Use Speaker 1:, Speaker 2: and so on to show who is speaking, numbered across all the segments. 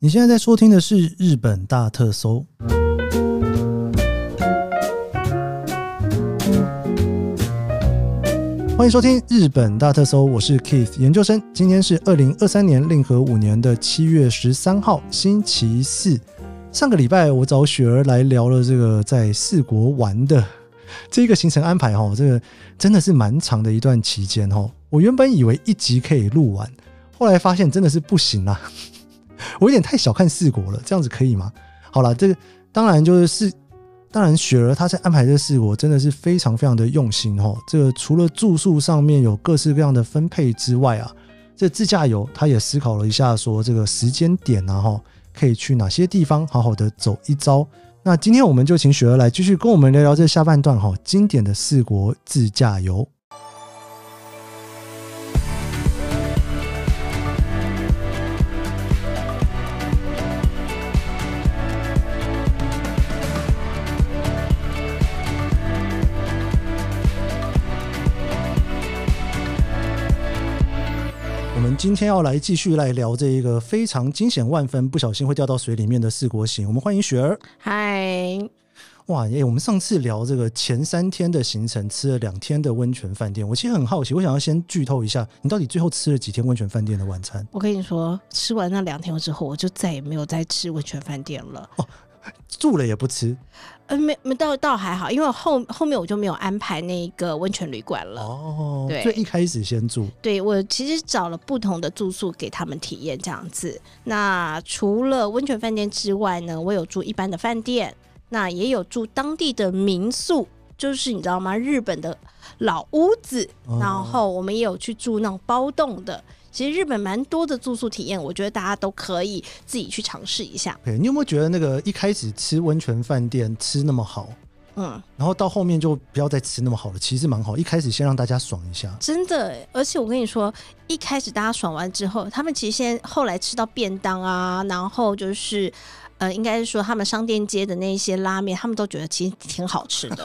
Speaker 1: 你现在在收听的是《日本大特搜》。欢迎收听《日本大特搜》，我是 Keith 研究生。今天是二零二三年令和五年的七月十三号，星期四。上个礼拜我找雪儿来聊了这个在四国玩的这个行程安排哈、这个真的是蛮长的一段期间哈、我原本以为一集可以录完，后来发现真的是不行啊啦、我有点太小看四国了，这样子可以吗？好了，这个当然就是四，当然雪儿她在安排这四国真的是非常非常的用心哦。这个除了住宿上面有各式各样的分配之外啊，这自驾游她也思考了一下，说这个时间点啊，哈，可以去哪些地方好好的走一遭。那今天我们就请雪儿来继续跟我们聊聊这下半段哈、经典的四国自驾游。我们今天要来继续来聊这一个非常惊险万分、不小心会掉到水里面的四国行。我们欢迎雪儿。
Speaker 2: 嗨，
Speaker 1: 哇，耶！我们上次聊这个前三天的行程，吃了两天的温泉饭店。我其实很好奇，我想要先剧透一下，你到底最后吃了几天温泉饭店的晚餐？
Speaker 2: 我跟你说，吃完那两天之后，我就再也没有再吃温泉饭店了。
Speaker 1: 住了也不吃
Speaker 2: 呃，没没倒倒还好，因为后后面我就没有安排那个温泉旅馆了。
Speaker 1: 哦，
Speaker 2: 对
Speaker 1: 最一开始先住
Speaker 2: 对我其实找了不同的住宿给他们体验这样子。那除了温泉饭店之外呢，我有住一般的饭店，那也有住当地的民宿，就是你知道吗？日本的老屋子，
Speaker 1: 哦
Speaker 2: 然后我们也有去住那种包栋的。其实日本蛮多的住宿体验，我觉得大家都可以自己去尝试一下。
Speaker 1: ，OK？你有没有觉得那个一开始吃温泉饭店吃那么好，
Speaker 2: 嗯，
Speaker 1: 然后到后面就不要再吃那么好了？其实蛮好，一开始先让大家爽一下。
Speaker 2: 真的，而且我跟你说，一开始大家爽完之后，他们其实先后来吃到便当啊，然后就是。呃，应该是说他们商店街的那些拉面，他们都觉得其实挺好吃的。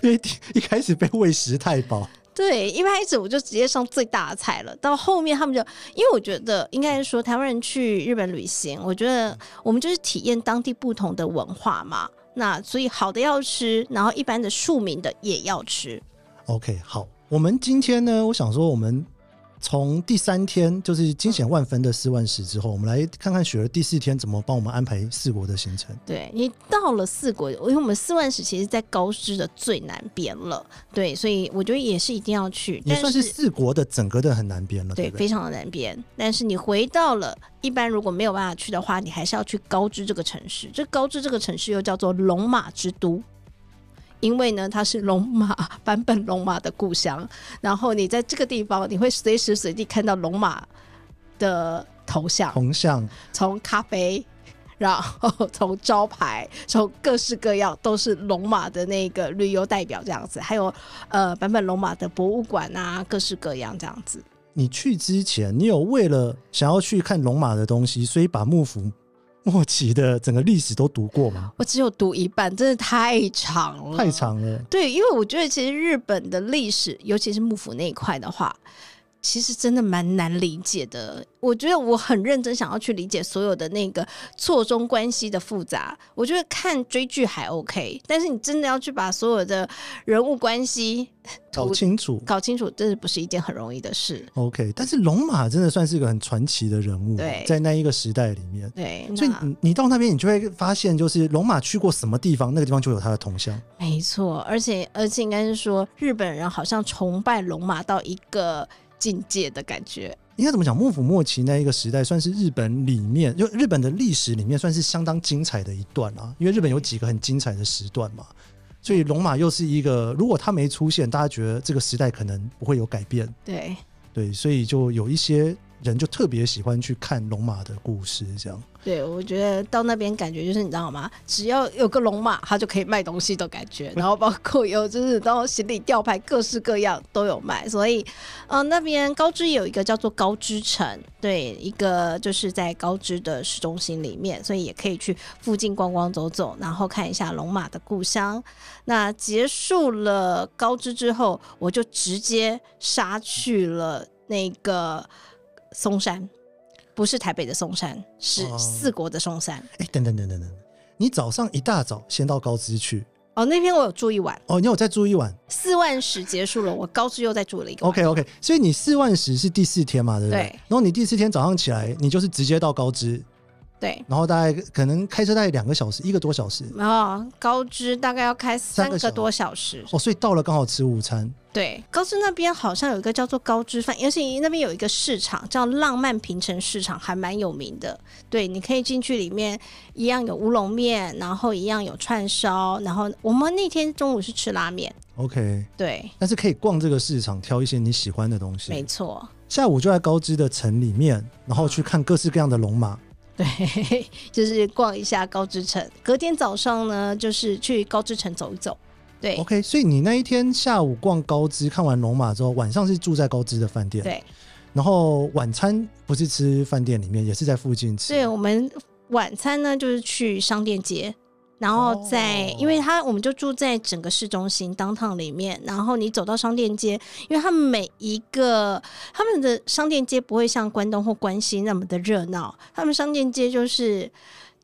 Speaker 1: 因为 一开始被喂食太饱，
Speaker 2: 对，一开始我就直接上最大的菜了，到后面他们就，因为我觉得应该是说台湾人去日本旅行，我觉得我们就是体验当地不同的文化嘛。那所以好的要吃，然后一般的庶民的也要吃。
Speaker 1: OK，好，我们今天呢，我想说，我们从第三天就是惊险万分的四万十之后，我们来看看雪儿第四天怎么帮我们安排四国的行程。
Speaker 2: 对你到了四国，因为我们四万石其实在高知的最南边了，对，所以我觉得也是一定要去，
Speaker 1: 也
Speaker 2: 但
Speaker 1: 算是四国的整个的很难编了，对
Speaker 2: 对
Speaker 1: 不对？
Speaker 2: 非常的南边。但是你回到了一般如果没有办法去的话，你还是要去高知这个城市。这高知这个城市又叫做龙马之都。因为呢，它是龙马版本龙马的故乡，然后你在这个地方，你会随时随地看到龙马的头像，
Speaker 1: 铜像，
Speaker 2: 从咖啡，然后从招牌，从各式各样都是龙马的那个旅游代表这样子，还有呃版本龙马的博物馆啊，各式各样这样子。
Speaker 1: 你去之前，你有为了想要去看龙马的东西，所以把幕府末期的整个历史都读过吗？
Speaker 2: 我只有读一半，真的太长了，
Speaker 1: 太。长了，
Speaker 2: 对，因为我觉得其实日本的历史，尤其是幕府那一块的话，其实真的蛮难理解的。我觉得我很认真想要去理解所有的那个错综关系的复杂。我觉得看追剧还 OK，但是你真的要去把所有的人物关系
Speaker 1: 搞清楚。
Speaker 2: 搞清楚，真的不是一件很容易的事。
Speaker 1: OK，但是龙马真的算是一个很传奇的人物，
Speaker 2: 对
Speaker 1: 在那一个时代里面。
Speaker 2: 对，
Speaker 1: 所以
Speaker 2: 那
Speaker 1: 你你到那边，你就会发现，就是龙马去过什么地方，那个地方就有他的铜像。
Speaker 2: 没错，而且而且应该是说，日本人好像崇拜龙马到一个境界的感觉。
Speaker 1: 应该怎么讲？幕府末期那一个时代，算是日本里面，就日本的历史里面，算是相当精彩的一段啊。因为日本有几个很精彩的时段嘛，所以龙马又是一个，如果他没出现，大家觉得这个时代可能不会有改变。
Speaker 2: 对，
Speaker 1: 对，所以就有一些人就特别喜欢去看龙马的故事，这样。
Speaker 2: 对，我觉得到那边感觉就是你知道吗？只要有个龙马，它就可以卖东西的感觉，然后包括有就是到行李吊牌，各式各样都有卖。所以，呃，那边高知有一个叫做高知城，对，一个就是在高知的市中心里面，所以也可以去附近逛逛走走，然后看一下龙马的故乡。那结束了高知之后，我就直接杀去了那个松山。不是台北的松山，是
Speaker 1: 哦
Speaker 2: 四国的松山。
Speaker 1: 哎，等等等等等，你早上一大早先到高知去，
Speaker 2: 哦，那天我有住一晚，
Speaker 1: 哦，你有再住一晚
Speaker 2: 四万十结束了，我高知又再住了一个晚。
Speaker 1: ，OK OK，所以你四万十是第四天嘛，对不对？
Speaker 2: 对
Speaker 1: 然后你第四天早上起来，你就是直接到高知，
Speaker 2: 对，
Speaker 1: 然后大概可能开车大概两个小时，一个多小时，
Speaker 2: 然后高知大概要开三
Speaker 1: 三个小
Speaker 2: 个
Speaker 1: 时
Speaker 2: 多小时。
Speaker 1: 哦，所以到了刚好吃午餐，
Speaker 2: 对，高知那边好像有一个叫做高知饭，而且那边有一个市场叫浪漫平城市场，还蛮有名的。对，你可以进去里面，一样有乌龙面，然后一样有串烧，然后我们那天中午是吃拉面。
Speaker 1: OK，
Speaker 2: 对，
Speaker 1: 但是可以逛这个市场，挑一些你喜欢的东
Speaker 2: 没
Speaker 1: 西。
Speaker 2: 错，
Speaker 1: 下午就在高知的城里面，然后去看各式各样的龙马。
Speaker 2: 对，就是逛一下高知城。隔天早上呢，就是去高知城走一走。对
Speaker 1: OK，所以你那一天下午逛高知，看完龙马之后，晚上是住在高知的饭店，
Speaker 2: 对，
Speaker 1: 然后晚餐不是吃饭店里面，也是在附近吃。
Speaker 2: 所以我们晚餐呢就是去商店街，然后在、
Speaker 1: 哦
Speaker 2: 因为它我们就住在整个市中心 downtown 里面，然后你走到商店街，因为他们每一个他们的商店街不会像关东或关西那么的热闹，他们商店街就是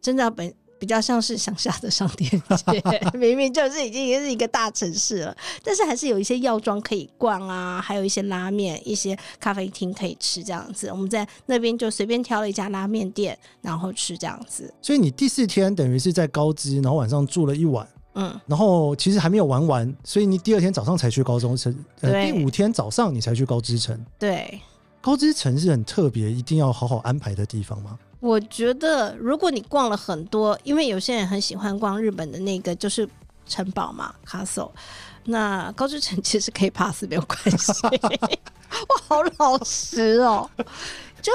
Speaker 2: 真的本。比较像是乡下的商店街，明明就是已经是一个大城市了，但是还是有一些药妆可以逛啊，还有一些拉面、一些咖啡厅可以吃这样子。我们在那边就随便挑了一家拉面店，然后吃这样子。
Speaker 1: 所以你第四天等于是在高知，然后晚上住了一晚，
Speaker 2: 嗯，
Speaker 1: 然后其实还没有玩完，所以你第二天早上才去高中城，呃，
Speaker 2: 对
Speaker 1: 第五天早上你才去高知城。
Speaker 2: 对，
Speaker 1: 高知城是很特别，一定要好好安排的地方吗？
Speaker 2: 我觉得如果你逛了很多，因为有些人很喜欢逛日本的那个就是城堡嘛，castle。那高知城 其实可以 pass 没有关系， 我好老实哦，就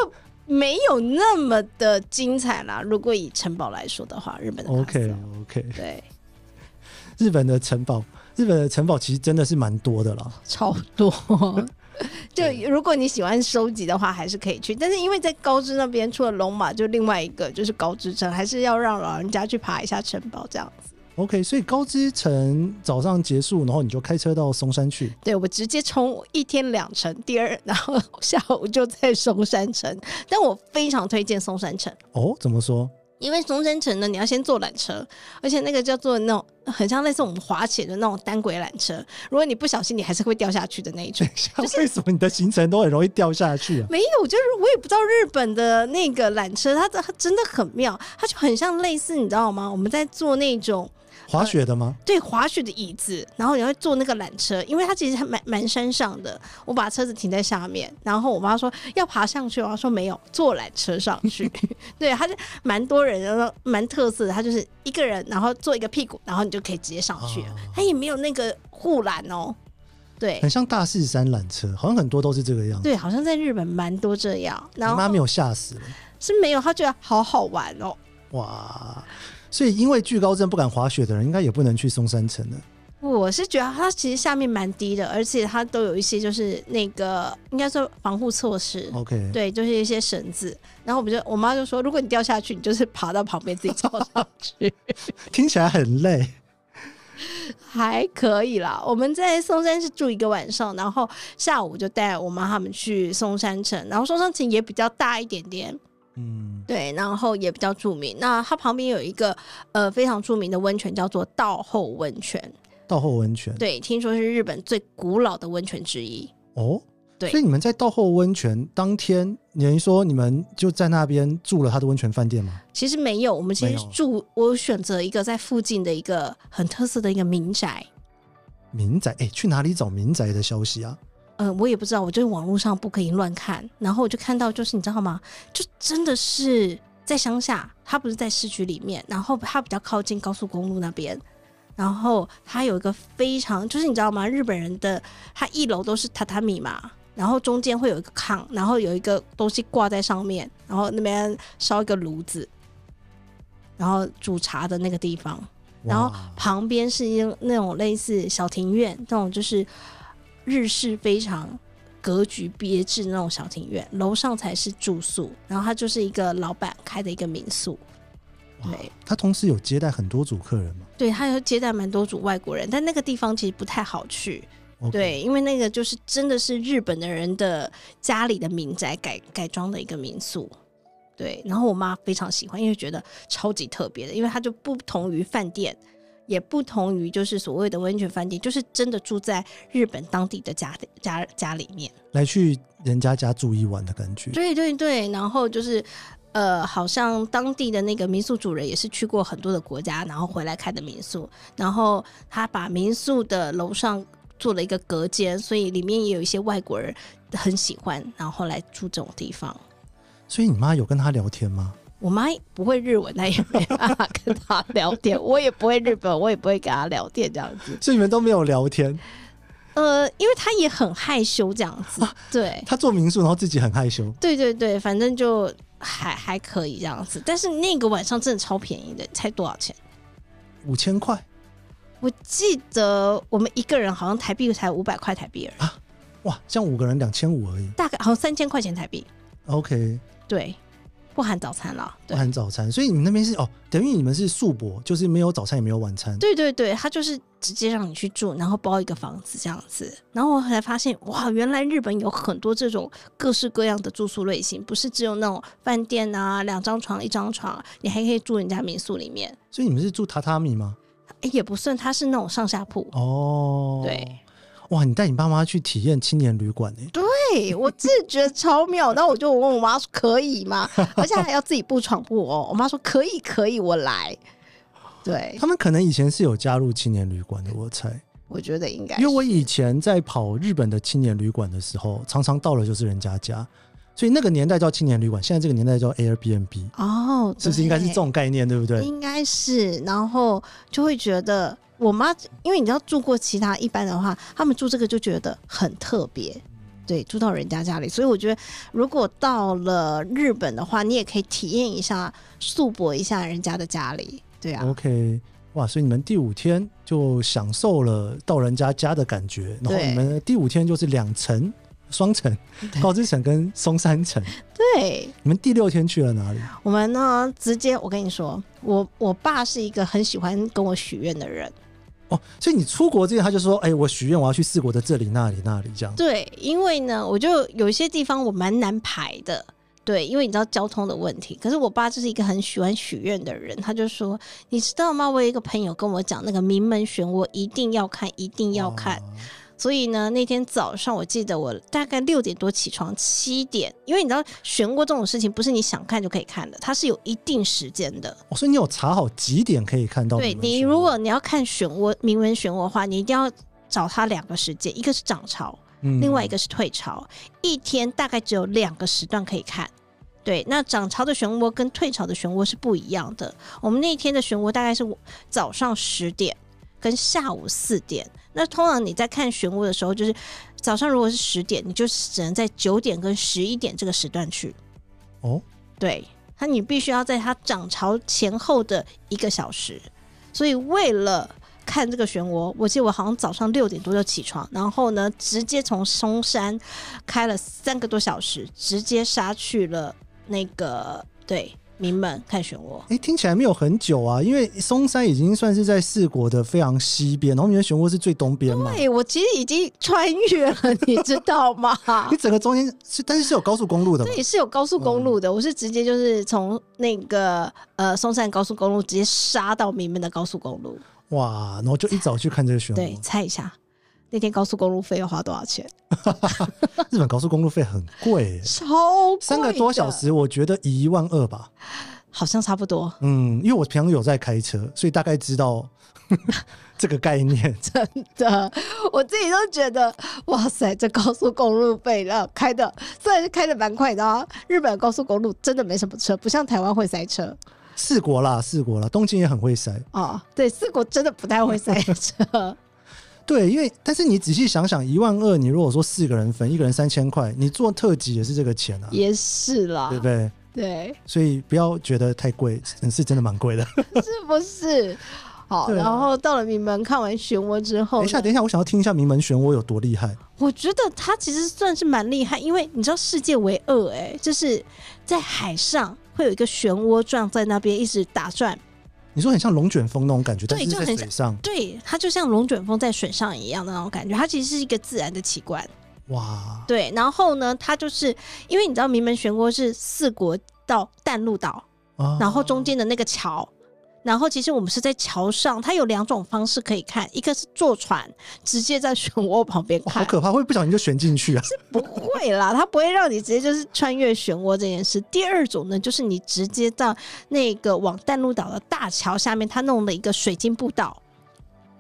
Speaker 2: 没有那么的精彩啦。如果以城堡来说的话，日本的啊
Speaker 1: OK
Speaker 2: castle
Speaker 1: OK，
Speaker 2: 对
Speaker 1: 日本的城堡，日本的城堡其实真的是蛮多的啦。
Speaker 2: 超 多。就
Speaker 1: 对
Speaker 2: 如果你喜欢收集的话，还是可以去。但是因为在高知那边，除了龙马，就另外一个就是高知城，还是要让老人家去爬一下城堡这样子。
Speaker 1: OK，所以高知城早上结束，然后你就开车到松山去。
Speaker 2: 对我直接冲一天两城，第二然后 下午就在松山城。但我非常推荐松山城，
Speaker 1: 哦，怎么说？
Speaker 2: 因为松山城呢，你要先坐缆车，而且那个叫做那种很像类似我们滑雪的那种单轨缆车，如果你不小心，你还是会掉下去的那一种。
Speaker 1: 为什么你的行程都很容易掉下去啊？
Speaker 2: 没有，就是我也不知道日本的那个缆车，它它真的很妙，它就很像类似你知道吗？我们在坐那种
Speaker 1: 滑雪的吗？
Speaker 2: 对滑雪的椅子，然后你会坐那个缆车，因为它其实还蛮蛮山上的。我把车子停在下面，然后我妈说要爬上去，我说没有，坐缆车上 去。对，它就蛮多人，然后蛮特色的，它就是一个人，然后坐一个屁股，然后你就可以直接上去了
Speaker 1: 哦，哎
Speaker 2: 它也没有那个护栏哦。对
Speaker 1: 很像大势山缆车，好像很多都是这个样子。
Speaker 2: 对，好像在日本蛮多这样，
Speaker 1: 你
Speaker 2: 然后
Speaker 1: 妈没有吓死啊了，
Speaker 2: 是没有，他觉得好好玩哦。
Speaker 1: 哇！所以因为惧高症不敢滑雪的人，应该也不能去松山城了。
Speaker 2: 我是觉得它其实下面蛮低的，而且它都有一些就是那个应该说防护措施，
Speaker 1: OK，
Speaker 2: 对，就是一些绳子。然后我们就我妈就说，如果你掉下去，你就是爬到旁边自己跳上去，
Speaker 1: 听起来很累。
Speaker 2: 还可以啦。我们在松山是住一个晚上，然后下午就带我妈他们去松山城，然后松山城也比较大一点点，
Speaker 1: 嗯，
Speaker 2: 对，然后也比较著名。那它旁边有一个呃非常著名的温泉，叫做道后温泉。
Speaker 1: 道后温泉
Speaker 2: 对，听说是日本最古老的温泉之一。
Speaker 1: 哦，
Speaker 2: 对
Speaker 1: 所以你们在道后温泉当天，等于说你们就在那边住了他的温泉饭店吗？
Speaker 2: 其实没有，我们其
Speaker 1: 没
Speaker 2: 实
Speaker 1: 有啊
Speaker 2: 住，我选择一个在附近的一个很特色的一个民宅。
Speaker 1: 民宅，哎、去哪里找民宅的消息啊？
Speaker 2: 嗯，我也不知道，我就是网络上不可以乱看，然后我就看到，就是你知道吗？就真的是在乡下，它不是在市区里面，然后它比较靠近高速公路那边，然后它有一个非常，就是你知道吗？日本人的它一楼都是榻榻米嘛，然后中间会有一个炕，然后有一个东西挂在上面，然后那边烧一个炉子，然后煮茶的那个地方。然后
Speaker 1: 哇
Speaker 2: 旁边是一那种类似小庭院，那种就是日式非常格局别致那种小庭院，楼上才是住宿，然后他就是一个老板开的一个民宿，
Speaker 1: 哇
Speaker 2: 对
Speaker 1: 他同时有接待很多组客人嘛
Speaker 2: 对，他有接待蛮多组外国人，但那个地方其实不太好去，
Speaker 1: o
Speaker 2: 对，因为那个就是真的是日本的人的家里的民宅改改装的一个民宿，对，然后我妈非常喜欢，因为觉得超级特别的，因为它就不同于饭店，也不同于就是所谓的温泉饭店，就是真的住在日本当地的家家家里面。
Speaker 1: 来去人家家住一晚的感觉。
Speaker 2: 对对对，然后就是。呃，好像当地的那个民宿主人也是去过很多的国家，然后回来开的民宿，然后他把民宿的楼上做了一个隔间，所以里面也有一些外国人很喜欢，然后来住这种地方。
Speaker 1: 所以你妈有跟她聊天吗？
Speaker 2: 我妈不会日文，她也没办法跟她聊天。我也不会日本，我也不会跟她聊天这样子。
Speaker 1: 所以你们都没有聊天。
Speaker 2: 呃，因为她也很害羞这样子。对，
Speaker 1: 她做民宿，然后自己很害羞。
Speaker 2: 对对对，反正就还还可以这样子。但是那个晚上真的超便宜的，才多少钱？
Speaker 1: 五千块，
Speaker 2: 我记得我们一个人好像台币才五百块台币而已，
Speaker 1: 哇，这样五个人两千五而已。
Speaker 2: 大概好像三千块钱台币，
Speaker 1: OK，
Speaker 2: 对，不含早餐了。
Speaker 1: 不
Speaker 2: 对，
Speaker 1: 含早餐，所以你们那边是哦，等于你们是素泊，就是没有早餐也没有晚餐。
Speaker 2: 对对对，他就是直接让你去住，然后包一个房子这样子。然后我才发现，哇，原来日本有很多这种各式各样的住宿类型，不是只有那种饭店啊，两张床一张床，你还可以住人家民宿里面。
Speaker 1: 所以你们是住榻榻米吗？
Speaker 2: 诶也不算，它是那种上下铺。
Speaker 1: 哦，
Speaker 2: 对，
Speaker 1: 哇，你带你爸妈去体验青年旅馆诶、欸
Speaker 2: 对我自己觉得超妙，然后我就问我妈说可以吗？而且还要自己布床铺哦。我妈说可以，可以，我来。对，
Speaker 1: 他们可能以前是有加入青年旅馆的，我猜，
Speaker 2: 我觉得应该
Speaker 1: 因为
Speaker 2: 是
Speaker 1: 我以前在跑日本的青年旅馆的时候，常常到了就是人家家，所以那个年代叫青年旅馆，现在这个年代叫 Airbnb，
Speaker 2: 哦，
Speaker 1: 是不是应该是
Speaker 2: 对
Speaker 1: 这种概念，对不对？
Speaker 2: 应该是，然后就会觉得我妈，因为你知道住过其他一般的话，他们住这个就觉得很特别，对，住到人家家里，所以我觉得如果到了日本的话，你也可以体验一下，素泊一下人家的家里，对
Speaker 1: 哦
Speaker 2: 啊，
Speaker 1: OK，哇，所以你们第五天就享受了到人家家的感觉，然后
Speaker 2: 对
Speaker 1: 你们第五天就是两层、双层、
Speaker 2: 对
Speaker 1: 高知城跟松山城，
Speaker 2: 对
Speaker 1: 你们第六天去了哪里？
Speaker 2: 我们呢，直接我跟你说，我我爸是一个很喜欢跟我许愿的人，
Speaker 1: 哦，所以你出国之前他就说，哎、我许愿我要去四国的这里那里那里这样。
Speaker 2: 对，因为呢，我就有一些地方我蛮难排的。对，因为你知道交通的问题，可是我爸就是一个很喜欢许愿的人，他就说：“你知道吗？我有一个朋友跟我讲，那个名门漩涡一定要看，一定要看。
Speaker 1: 哇，”
Speaker 2: 所以呢，那天早上我记得我大概六点多起床，七点，因为你知道漩涡这种事情不是你想看就可以看的，它是有一定时间的。
Speaker 1: 哦所以你有查好几点可以看到
Speaker 2: 对
Speaker 1: 们去
Speaker 2: 你，
Speaker 1: 吗
Speaker 2: 如果你要看漩涡名人漩涡的话，你一定要找它两个时间，一个是涨潮，
Speaker 1: 嗯
Speaker 2: 另外一个是退潮，一天大概只有两个时段可以看。对，那涨潮的漩涡跟退潮的漩涡是不一样的。我们那一天的漩涡大概是早上十点跟下午四点。那通常你在看漩涡的时候，就是早上如果是十点，你就只能在九点跟十一点这个时段去。
Speaker 1: 哦，
Speaker 2: 对，它你必须要在它涨潮前后的一个小时。所以为了看这个漩涡，我记得我好像早上六点多就起床，然后呢，直接从松山开了三个多小时，直接杀去了那个对名门看漩涡。
Speaker 1: 哎、听起来没有很久啊，因为松山已经算是在四国的非常西边，然后你们漩涡是最东边嘛。
Speaker 2: 对，哎我其实已经穿越了，你知道吗？
Speaker 1: 你整个中间是，但是是有高速公路的嘛
Speaker 2: 对，是有高速公路的，我是直接就是从那个呃松山高速公路直接杀到名门的高速公路。
Speaker 1: 哇，然后就一早去看这个漩
Speaker 2: 对，
Speaker 1: 涡。
Speaker 2: 猜一下那天高速公路费要花多少钱？
Speaker 1: 日本高速公路费很贵耶，
Speaker 2: 超贵
Speaker 1: 三个多小
Speaker 2: 的，
Speaker 1: 时，我觉得一万二吧。
Speaker 2: 好像差 不多，
Speaker 1: 嗯，因为我平常有在开车，所以大概知道 这个概 念。
Speaker 2: 真的，我自己都觉得，哇塞，这高速公路费了开的，虽然是开的蛮快的啊，日本高速公路真的没什么车，不像台湾会塞车
Speaker 1: 四国啦，四国啦，东京也很会塞。
Speaker 2: 哦。对，四国真的不太会塞 车，
Speaker 1: 对，因为但是你仔细想想，一万二，你如果说四个人分，一个人三千块，你做特级也是这个钱啊，
Speaker 2: 也是啦
Speaker 1: 对，不对？
Speaker 2: 对，
Speaker 1: 所以不要觉得太贵，是真的蛮贵的。
Speaker 2: 是不是？好，
Speaker 1: 对啊
Speaker 2: 然后到了名门看完漩涡之后
Speaker 1: 等
Speaker 2: 呢，
Speaker 1: 一下，等一下，我想要听一下名门漩涡有多厉害。
Speaker 2: 我觉得他其实算是蛮厉害，因为你知道世界为二哎、就是在海上会有一个漩涡状在那边一直打转，
Speaker 1: 你说很像龙卷风那种感觉，但
Speaker 2: 对
Speaker 1: 是
Speaker 2: 就
Speaker 1: 在
Speaker 2: 很
Speaker 1: 水上，
Speaker 2: 对，它就像龙卷风在水上一样的那种感觉，它其实是一个自然的奇观。
Speaker 1: 哇，
Speaker 2: 对，然后呢，它就是因为你知道名门漩涡是四国到淡路岛，
Speaker 1: 啊
Speaker 2: 然后中间的那个桥。然后其实我们是在桥上，它有两种方式可以看，一个是坐船，直接在漩涡旁边
Speaker 1: 哇好
Speaker 2: 看，
Speaker 1: 可怕，会不小心就旋进去啊！
Speaker 2: 不会啦，它不会让你直接就是穿越漩涡这件事。第二种呢，就是你直接到那个往淡路岛的大桥下面，它弄了一个水晶步道，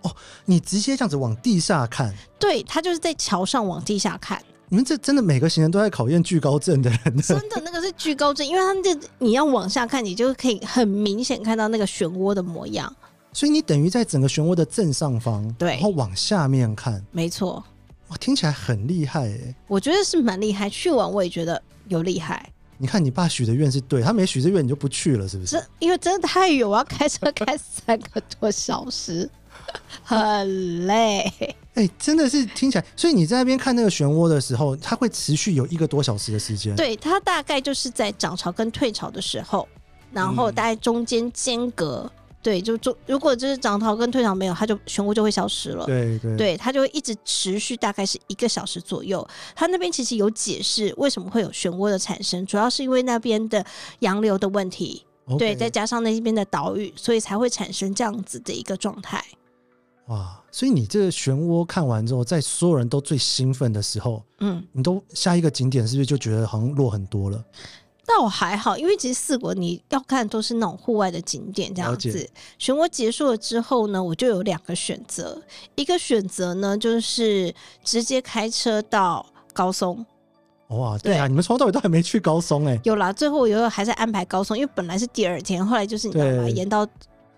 Speaker 1: 你直接这样子往地下看，
Speaker 2: 对，它就是在桥上往地下看。
Speaker 1: 你们这真的每个行人都在考验惧高症的人的。
Speaker 2: 真的那个是巨高症，因为它那个你要往下看，你就可以很明显看到那个漩涡的模样。
Speaker 1: 所以你等于在整个漩涡的正上方，
Speaker 2: 对
Speaker 1: 然后往下面看，
Speaker 2: 没错，
Speaker 1: 哇，听起来很厉害耶！
Speaker 2: 我觉得是蛮厉害，去玩我也觉得有厉害，
Speaker 1: 你看你爸许的愿是对，他没许这愿你就不去了，是不是
Speaker 2: 这？因为真的太远，我要开车开三个多小时，很累。
Speaker 1: 哎、真的是听起来，所以你在那边看那个漩涡的时候，它会持续有一个多小时的时间。，
Speaker 2: 对，它大概就是在涨潮跟退潮的时候，然后大概中间间隔，对，就中如果就是涨潮跟退潮没有，它就漩涡就会消失了。
Speaker 1: 对对
Speaker 2: 对，它就会一直持续大概是一个小时左右。它那边其实有解释为什么会有漩涡的产生，主要是因为那边的洋流的问题，
Speaker 1: OK
Speaker 2: 对，再加上那边的岛屿，所以才会产生这样子的一个状态。
Speaker 1: 哇，所以你这个漩涡看完之后，在所有人都最兴奋的时候，
Speaker 2: 嗯，
Speaker 1: 你都下一个景点是不是就觉得好像落很多了？
Speaker 2: 倒还好，因为其实四国你要看都是那种户外的景点这
Speaker 1: 了
Speaker 2: 样
Speaker 1: 解
Speaker 2: 子。漩涡结束了之后呢，我就有两个选择，一个选择呢就是直接开车到高松，
Speaker 1: 哇，对啊，
Speaker 2: 对
Speaker 1: 你们从头到尾都还没去高松哎、
Speaker 2: 有啦，最后有还是安排高松，因为本来是第二天，后来就是你知道吗？
Speaker 1: 对
Speaker 2: 延到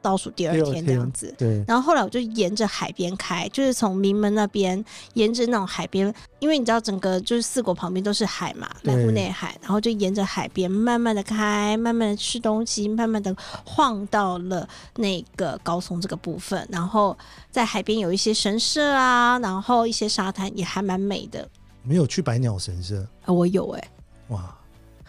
Speaker 2: 倒数第二
Speaker 1: 第二
Speaker 2: 天
Speaker 1: 天
Speaker 2: 这样子。
Speaker 1: 对，
Speaker 2: 然后后来我就沿着海边开，就是从名门那边沿着那种海边，因为你知道整个就是四国旁边都是海嘛，
Speaker 1: 对
Speaker 2: 南湖内海，然后就沿着海边慢慢的开，慢慢的吃东西，慢慢的晃到了那个高松这个部分，然后在海边有一些神社啊，然后一些沙滩也还蛮美的。
Speaker 1: 你们有去百鸟神社，
Speaker 2: 啊我有哎、
Speaker 1: 哇，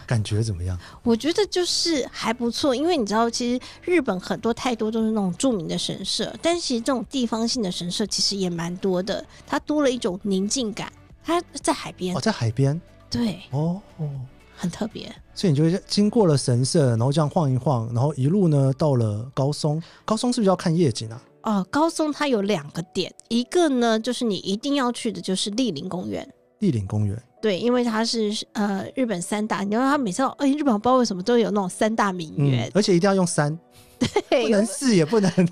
Speaker 1: 感觉怎么样？
Speaker 2: 我觉得就是还不错，因为你知道，其实日本很多太多都是那种著名的神社，但其实这种地方性的神社其实也蛮多的，它多了一种宁静感。它在海边，
Speaker 1: 哦，在海边
Speaker 2: 对，
Speaker 1: 哦。哦
Speaker 2: 很特别。
Speaker 1: 所以你就会经过了神社，然后这样晃一晃，然后一路呢到了高松。高松是不是要看夜景啊？
Speaker 2: 哦，高松它有两个点，一个呢就是你一定要去的，就是立林公园。
Speaker 1: 立岭公园
Speaker 2: 对，因为它是呃日本三大，你知道它每次哎、日本不知道为什么都有那种三大名园，
Speaker 1: 而且一定要用三，嗯
Speaker 2: 对
Speaker 1: 不能四也不能，
Speaker 2: 对，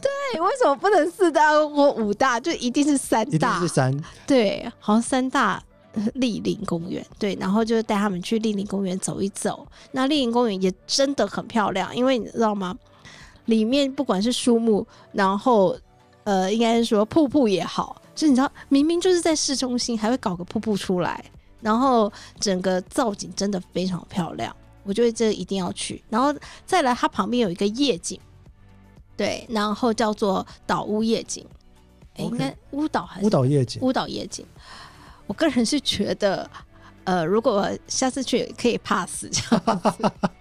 Speaker 2: 为什么不能四大或五大，就一定是三
Speaker 1: 一定
Speaker 2: 大？
Speaker 1: 是三。
Speaker 2: 对，好像三大呃立林公园，对，然后就是带他们去立林公园走一走。那立林公园也真的很漂亮，因为你知道吗？里面不管是树木，然后呃，应该是说瀑布也好，就是你知道，明明就是在市中心，还会搞个瀑布出来，然后整个造景真的非常漂亮。我觉得这一定要去，然后再来，它旁边有一个夜景，对，然后叫做岛屋夜景，哎、应该屋岛还是
Speaker 1: 舞蹈夜景
Speaker 2: 孤岛夜景，我个人是觉得，呃，如果下次去可以 pass，这样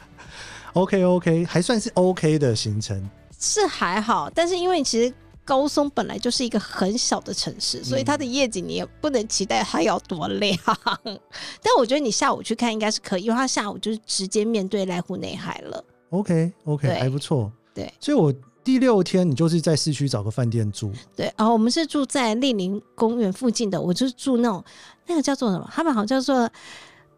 Speaker 1: ，OK OK，还算是 OK 的行程。
Speaker 2: 是还好，但是因为其实。高松本来就是一个很小的城市，所以它的夜景你也不能期待它有多亮。但我觉得你下午去看应该是可以，因为它下午就是直接面对濑户内海了。
Speaker 1: OK OK，
Speaker 2: 对
Speaker 1: 还不错。
Speaker 2: 对，
Speaker 1: 所以我第六天你就是在市区找个饭店住，
Speaker 2: 对，然、后我们是住在立林公园附近的，我就是住那种那个叫做什么，他们好像叫做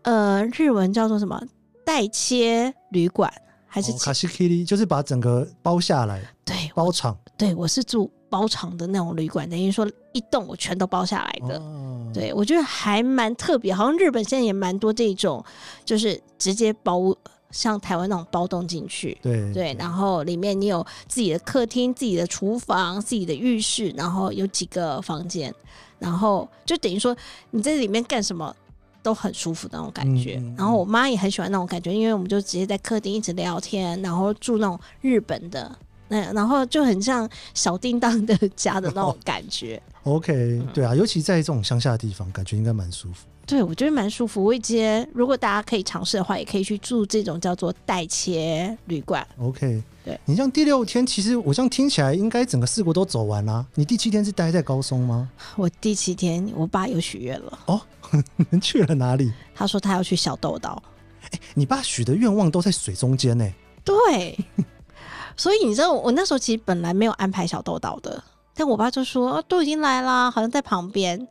Speaker 2: 呃日文叫做什么代切旅馆还是、
Speaker 1: 卡西 k i 哦就是把整个包下来，
Speaker 2: 对
Speaker 1: 包场。
Speaker 2: 对我是住包场的那种旅馆，等于说一栋我全都包下来的。
Speaker 1: 哦，
Speaker 2: 对，我觉得还蛮特别，好像日本现在也蛮多这种，就是直接包像台湾那种包栋进去。
Speaker 1: 对
Speaker 2: 对，然后里面你有自己的客厅、自己的厨房、自己的浴室，然后有几个房间，然后就等于说你在里面干什么都很舒服的那种感觉。
Speaker 1: 嗯嗯嗯
Speaker 2: 然后我妈也很喜欢那种感觉，因为我们就直接在客厅一直聊天，然后住那种日本的。那然后就很像小叮当的 家的
Speaker 1: 哦
Speaker 2: 那种感觉，
Speaker 1: OK，对
Speaker 2: 嗯
Speaker 1: 啊，尤其在这种乡下的地方，感觉应该蛮舒服。
Speaker 2: 对我觉得蛮舒服。我以前如果大家可以尝试的话，也可以去住这种叫做代切旅馆。
Speaker 1: OK，
Speaker 2: 对
Speaker 1: 你像第六天，其实我这样听起来，应该整个四国都走完啦。你第七天是待在高松吗？
Speaker 2: 我第七天，我爸有许愿了，
Speaker 1: 哦，你们去了哪里？
Speaker 2: 他说他要去小豆岛。
Speaker 1: 你爸许的愿望都在水中间呢。
Speaker 2: 对， 所以你知道我那时候其实本来没有安排小豆岛的，但我爸就说、啊、都已经来啦，好像在旁边，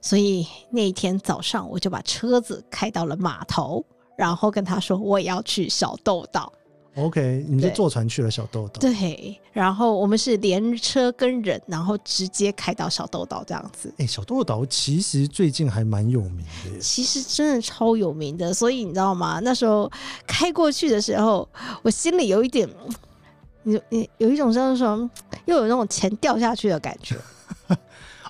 Speaker 2: 所以那一天早上我就把车子开到了码头，然后跟他说我也要去小豆岛。
Speaker 1: OK，你们就
Speaker 2: 对
Speaker 1: 坐船去了小豆岛。
Speaker 2: 对，然后我们是连车跟人，然后直接开到小豆岛这样子。
Speaker 1: 哎、小豆岛其实最近还蛮有名的耶。
Speaker 2: 其实真的超有名的，所以你知道吗？那时候开过去的时候，我心里有一点，有有有一种像是什么，又有那种钱掉下去的感觉。
Speaker 1: 哦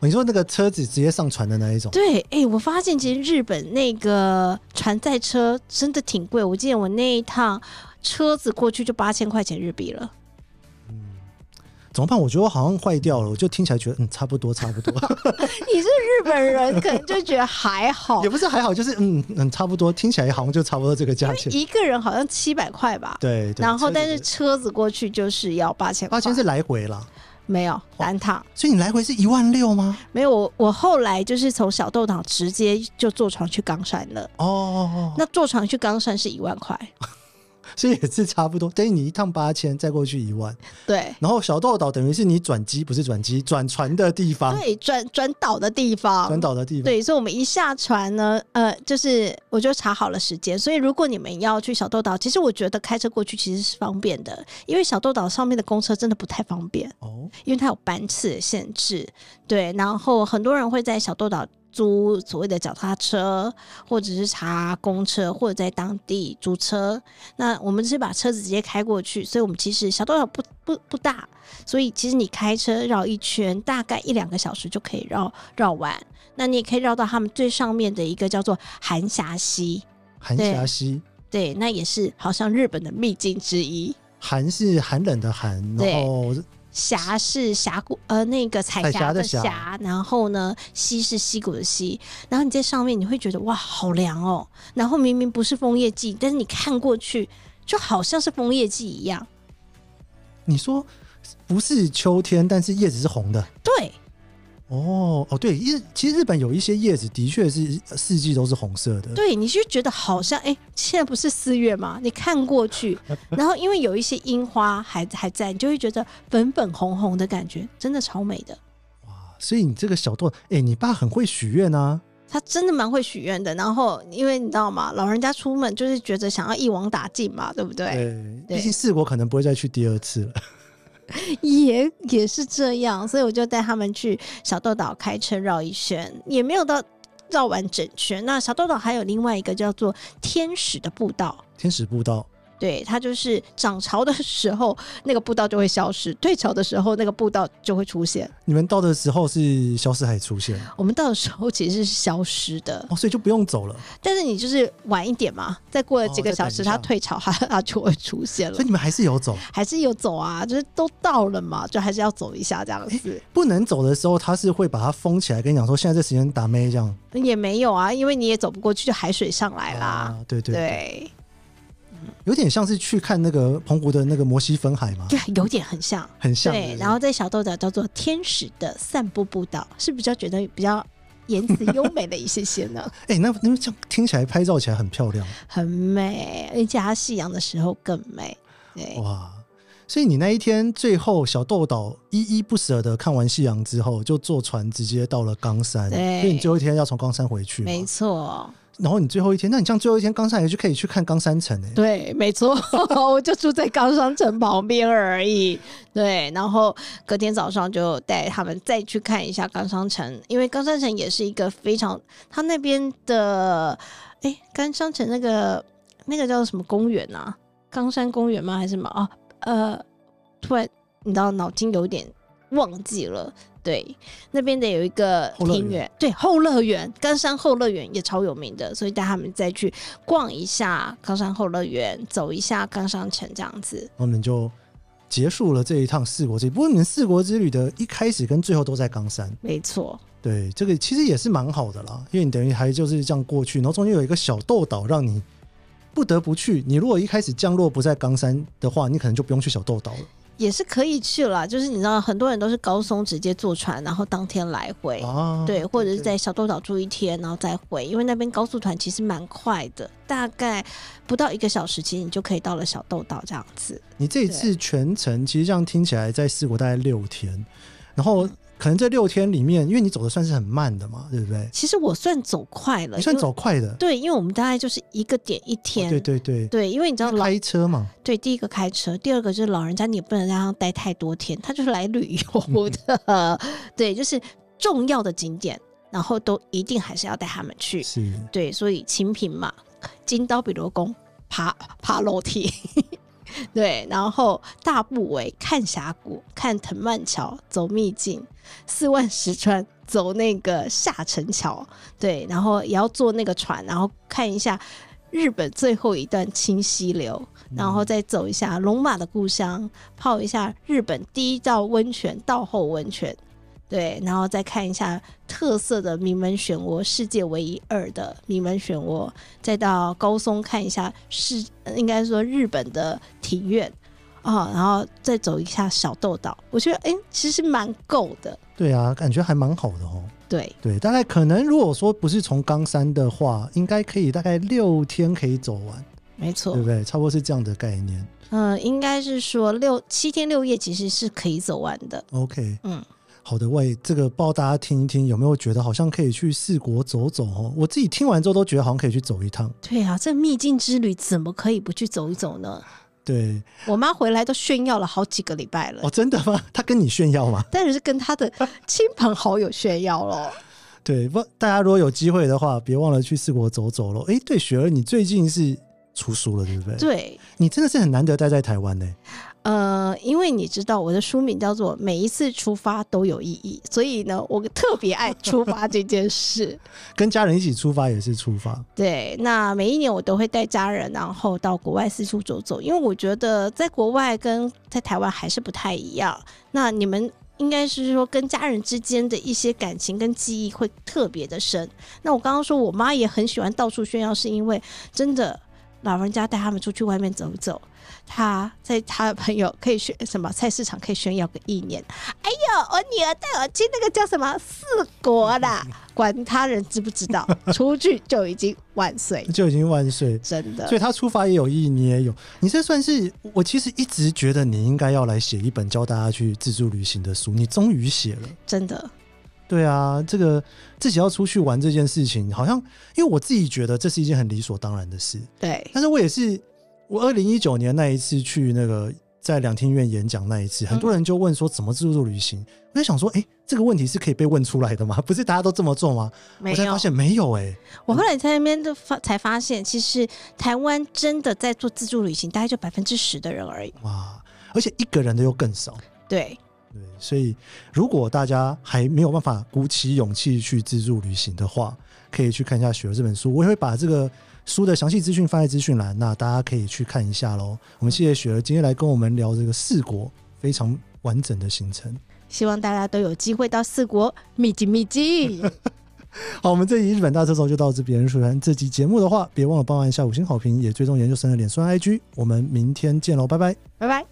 Speaker 1: 你说那个车子直接上船的那一种，
Speaker 2: 对，哎、我发现其实日本那个船载车真的挺贵，我记得我那一趟车子过去就八千块钱日币了。
Speaker 1: 怎么办？我觉得我好像坏掉了，我就听起来觉得嗯，差不多，差不 多，
Speaker 2: 你是日本人，可能就觉得还好
Speaker 1: 也，不是还好，就是嗯嗯，差不多，听起来好像就差不多这个价钱。
Speaker 2: 一个人好像七百块吧。
Speaker 1: 对，对
Speaker 2: 然后，
Speaker 1: 车子
Speaker 2: 但是车子过去就是要八千，
Speaker 1: 八千是来回啦，
Speaker 2: 没有单趟，
Speaker 1: 所以你来回是一万六吗？
Speaker 2: 没有我我后来就是从小豆岛直接就坐船去冈山了。
Speaker 1: 哦哦，哦
Speaker 2: 那坐船去冈山是一万块，
Speaker 1: 所以也是差不多，等于你一趟八千，再过去一万，
Speaker 2: 对
Speaker 1: 然后小豆岛等于是你转机，不是转机，转船的地方，
Speaker 2: 对，转转岛的地方，
Speaker 1: 转啊岛的地方。
Speaker 2: 对，所以我们一下船呢，呃，就是我就查好了时间。所以如果你们要去小豆岛，其实我觉得开车过去其实是方便的，因为小豆岛上面的公车真的不太方便，
Speaker 1: 哦，
Speaker 2: 因为它有班次的限制。对，然后很多人会在小豆岛租所谓的脚踏车，或者是查公车，或者在当地租车。那我们是把车子直接开过去，所以我们其实小豆岛不不不大，所以其实你开车绕一圈大概一两个小时就可以绕绕完。那你也可以绕到他们最上面的一个叫做韩峡溪，
Speaker 1: 韩峡溪，
Speaker 2: 对，那也是好像日本的秘境之一。
Speaker 1: 寒是寒冷的寒，
Speaker 2: 对
Speaker 1: 然后
Speaker 2: 峡是峡谷，呃，那个彩
Speaker 1: 彩
Speaker 2: 霞
Speaker 1: 霞的
Speaker 2: 的
Speaker 1: 霞
Speaker 2: 霞，然后呢，溪是溪谷的溪，然后你在上面你会觉得哇，好凉哦。然后明明不是枫叶季，但是你看过去就好像是枫叶季一样。
Speaker 1: 你说不是秋天，但是叶子是红的。
Speaker 2: 对，
Speaker 1: 哦哦，对，日其实日本有一些叶子的确是呃四季都是红色的。
Speaker 2: 对，你就觉得好像哎、现在不是四月嘛？你看过去，然后因为有一些樱花还还在，你就会觉得粉粉红红的感觉，真的超美的。
Speaker 1: 哇，所以你这个小豆，哎、你爸很会许愿啊。
Speaker 2: 他真的蛮会许愿的，然后因为你知道吗，老人家出门就是觉得想要一网打尽嘛，对不对？
Speaker 1: 对，
Speaker 2: 对
Speaker 1: 毕竟四国可能不会再去第二次了。
Speaker 2: 也也是这样，所以我就带他们去小豆岛开车绕一圈，也没有到绕完整圈。那小豆岛还有另外一个叫做天使的步道，
Speaker 1: 天使步道，
Speaker 2: 对，它就是涨潮的时候，那个步道就会消失；退潮的时候，那个步道就会出现。
Speaker 1: 你们到的时候是消失海出现
Speaker 2: 我们到的时候其实是消失的，
Speaker 1: 哦，所以就不用走了。
Speaker 2: 但是你就是晚一点嘛，再过了几
Speaker 1: 哦
Speaker 2: 个
Speaker 1: 再
Speaker 2: 小
Speaker 1: 等一
Speaker 2: 时，
Speaker 1: 下
Speaker 2: 它退潮，它它就会出现了
Speaker 1: 所以。你们还是有走，
Speaker 2: 还是有走啊，就是都到了嘛，就还是要走一下这样子。
Speaker 1: 不能走的时候，他是会把它封起来，跟你讲说现在这时间打妹这样。
Speaker 2: 也没有啊，因为你也走不过去，就海水上来啦。
Speaker 1: 啊，对对，
Speaker 2: 对，
Speaker 1: 有点像是去看那个澎湖的那个摩西分海嘛，
Speaker 2: 对，有点很像。
Speaker 1: 很像。
Speaker 2: 对
Speaker 1: 不，
Speaker 2: 然后在小豆岛叫做天使的散步步道，是比较觉得比较言辞优美的一些些呢。
Speaker 1: 哎、那那这样听起来拍照起来很漂亮
Speaker 2: 很美，而且它夕阳的时候更美。
Speaker 1: 哦
Speaker 2: 对，
Speaker 1: 哇！所以你那一天最后小豆岛依依不舍的看完夕阳之后，就坐船直接到了冈山，所
Speaker 2: 对
Speaker 1: 以你最后一天要从冈山回去嘛。
Speaker 2: 没错，
Speaker 1: 然后你最后一天，那你这样最后一天冈山也就可以去看冈山城哎、
Speaker 2: 对，没错， 我就住在冈山城旁边而已。对，然后隔天早上就带他们再去看一下冈山城，因为冈山城也是一个非常，它那边的，哎，冈山城那个那个叫什么公园啊？冈山公园吗？还是什么？哦，呃，突然你知道脑筋有点忘记了。对，那边的有一个
Speaker 1: 后乐园
Speaker 2: 庭园，对后乐园，冈山后乐园也超有名的，所以带他们再去逛一下冈山后乐园，走一下冈山城这样子。
Speaker 1: 然后你们就结束了这一趟四国之旅。不过你们四国之旅的一开始跟最后都在冈山，
Speaker 2: 没错，
Speaker 1: 对，这个其实也是蛮好的啦，因为你等于还就是这样过去，然后中间有一个小豆岛让你不得不去。你如果一开始降落不在冈山的话，你可能就不用去小豆岛了。
Speaker 2: 也是可以去啦。就是你知道，很多人都是高松直接坐船，然后当天来回，
Speaker 1: 啊，
Speaker 2: 对，或者是
Speaker 1: 对
Speaker 2: 在小豆岛住一天，然后再回，因为那边高速团其实蛮快的，大概不到一个小时，其实你就可以到了小豆岛这样子。
Speaker 1: 你这一次全程其实这样听起来在四国大概六天，然后
Speaker 2: 嗯
Speaker 1: 可能这六天里面，因为你走的算是很慢的嘛，对不对？
Speaker 2: 其实我算走快了，
Speaker 1: 你算
Speaker 2: 因为
Speaker 1: 走快的，哦
Speaker 2: 对，因为我们大概就是一个点一呃天，
Speaker 1: 对对对，
Speaker 2: 对因为你知道老
Speaker 1: 开车嘛，
Speaker 2: 对第一个开车，第二个就是老人家你也不能让他待太多天，他就是来旅游的， 对，就是重要的景点，然后都一定还是要带他们去，
Speaker 1: 是
Speaker 2: 对，所以清平嘛， 金刀比罗宫爬爬楼梯， 对，然后大步围看峡谷，看藤蔓桥，走秘境，四万石川走那个下城桥，对，然后也要坐那个船，然后看一下日本最后一段清溪流，然后再走一下龙马的故乡，泡一下日本第一道温泉道后温泉，对，然后再看一下特色的名门漩涡，世界唯一二的名门漩涡，再到高松看一下是应该说日本的庭院啊、然后再走一下小豆岛，我觉得哎、诶其实蛮够的，
Speaker 1: 对啊，感觉还蛮好的哦。
Speaker 2: 对
Speaker 1: 对，大概可能如果说不是从冈山的话，应该可以大概六天可以走完，
Speaker 2: 没错
Speaker 1: 对，不对？差不多是这样的概念。
Speaker 2: 嗯、应该是说六七天六夜其实是可以走完的，
Speaker 1: OK，
Speaker 2: 嗯，
Speaker 1: 好的，喂，这个不知道大家听一听有没有觉得好像可以去四国走走哦？我自己听完之后都觉得好像可以去走一趟。
Speaker 2: 对啊，这秘境之旅怎么可以不去走一走呢？
Speaker 1: 对，
Speaker 2: 我妈回来都炫耀了好几个礼拜了，
Speaker 1: 哦，真的吗？ 他跟你炫耀吗？
Speaker 2: 但是跟她的亲朋好友炫耀了。
Speaker 1: 对，不，大家如果有机会的话，别忘了去四国走走喽。诶，对，雪儿，你最近是出书了，对不对？，
Speaker 2: 对，
Speaker 1: 你真的是很难得待在台湾呢、
Speaker 2: 呃，因为你知道我的书名叫做《每一次出发都有意义》，所以呢，我特别爱出发这件事。
Speaker 1: 跟家人一起出发也是出发，
Speaker 2: 对，那每一年我都会带家人，然后到国外四处走走，因为我觉得在国外跟在台湾还是不太一样。那你们应该是说跟家人之间的一些感情跟记忆会特别的深。那我刚刚说我妈也很喜欢到处炫耀，是因为真的老人家带他们出去外面走一走。她在她的朋友可以炫什么菜市场可以炫耀个一年， 哎呦，我女儿带我去那个叫什么四国啦， 管他人知不知道，出去就已经万岁，
Speaker 1: 就已经万岁。
Speaker 2: 真的
Speaker 1: 所以。他出发也有意义，你也有。你这算是我其实一直觉得你应该要来写一本教大家去自助旅行的书，你终于写了。
Speaker 2: 真的，
Speaker 1: 对啊，这个自己要出去玩这件事情，好像因为我自己觉得这是一件很理所当然的事，
Speaker 2: 对，
Speaker 1: 但是我也是，我二零一九年那一次去那个在两厅院演讲那一
Speaker 2: 嗯
Speaker 1: 次，很多人就问说怎么自助旅行，我就想说，哎、这个问题是可以被问出来的吗？ 不是大家都这么做吗？
Speaker 2: 没
Speaker 1: 我才
Speaker 2: 有
Speaker 1: 发。现没有、哎，
Speaker 2: 我后来在那边就发才发现，其实台湾真的在做自助旅行，大概就百分之十的人而已。
Speaker 1: 哇，而且一个人的又更少。
Speaker 2: 对，
Speaker 1: 对，所以如果大家还没有办法鼓起勇气去自助旅行的话，可以去看一下雪儿这本书，我也会把这个书的详细资讯放在资讯栏，那大家可以去看一下喽。我们谢谢雪儿今天来跟我们聊这个四国非常完整的行程。
Speaker 2: 希望大家都有机会到四国秘境秘境。
Speaker 1: 好，我们这集日本大特搜就到这边。喜欢这集节目的话，别忘了帮忙一下五星好评，也追踪研究生的脸书和 IG。我们明天见喽，拜拜。
Speaker 2: 拜拜。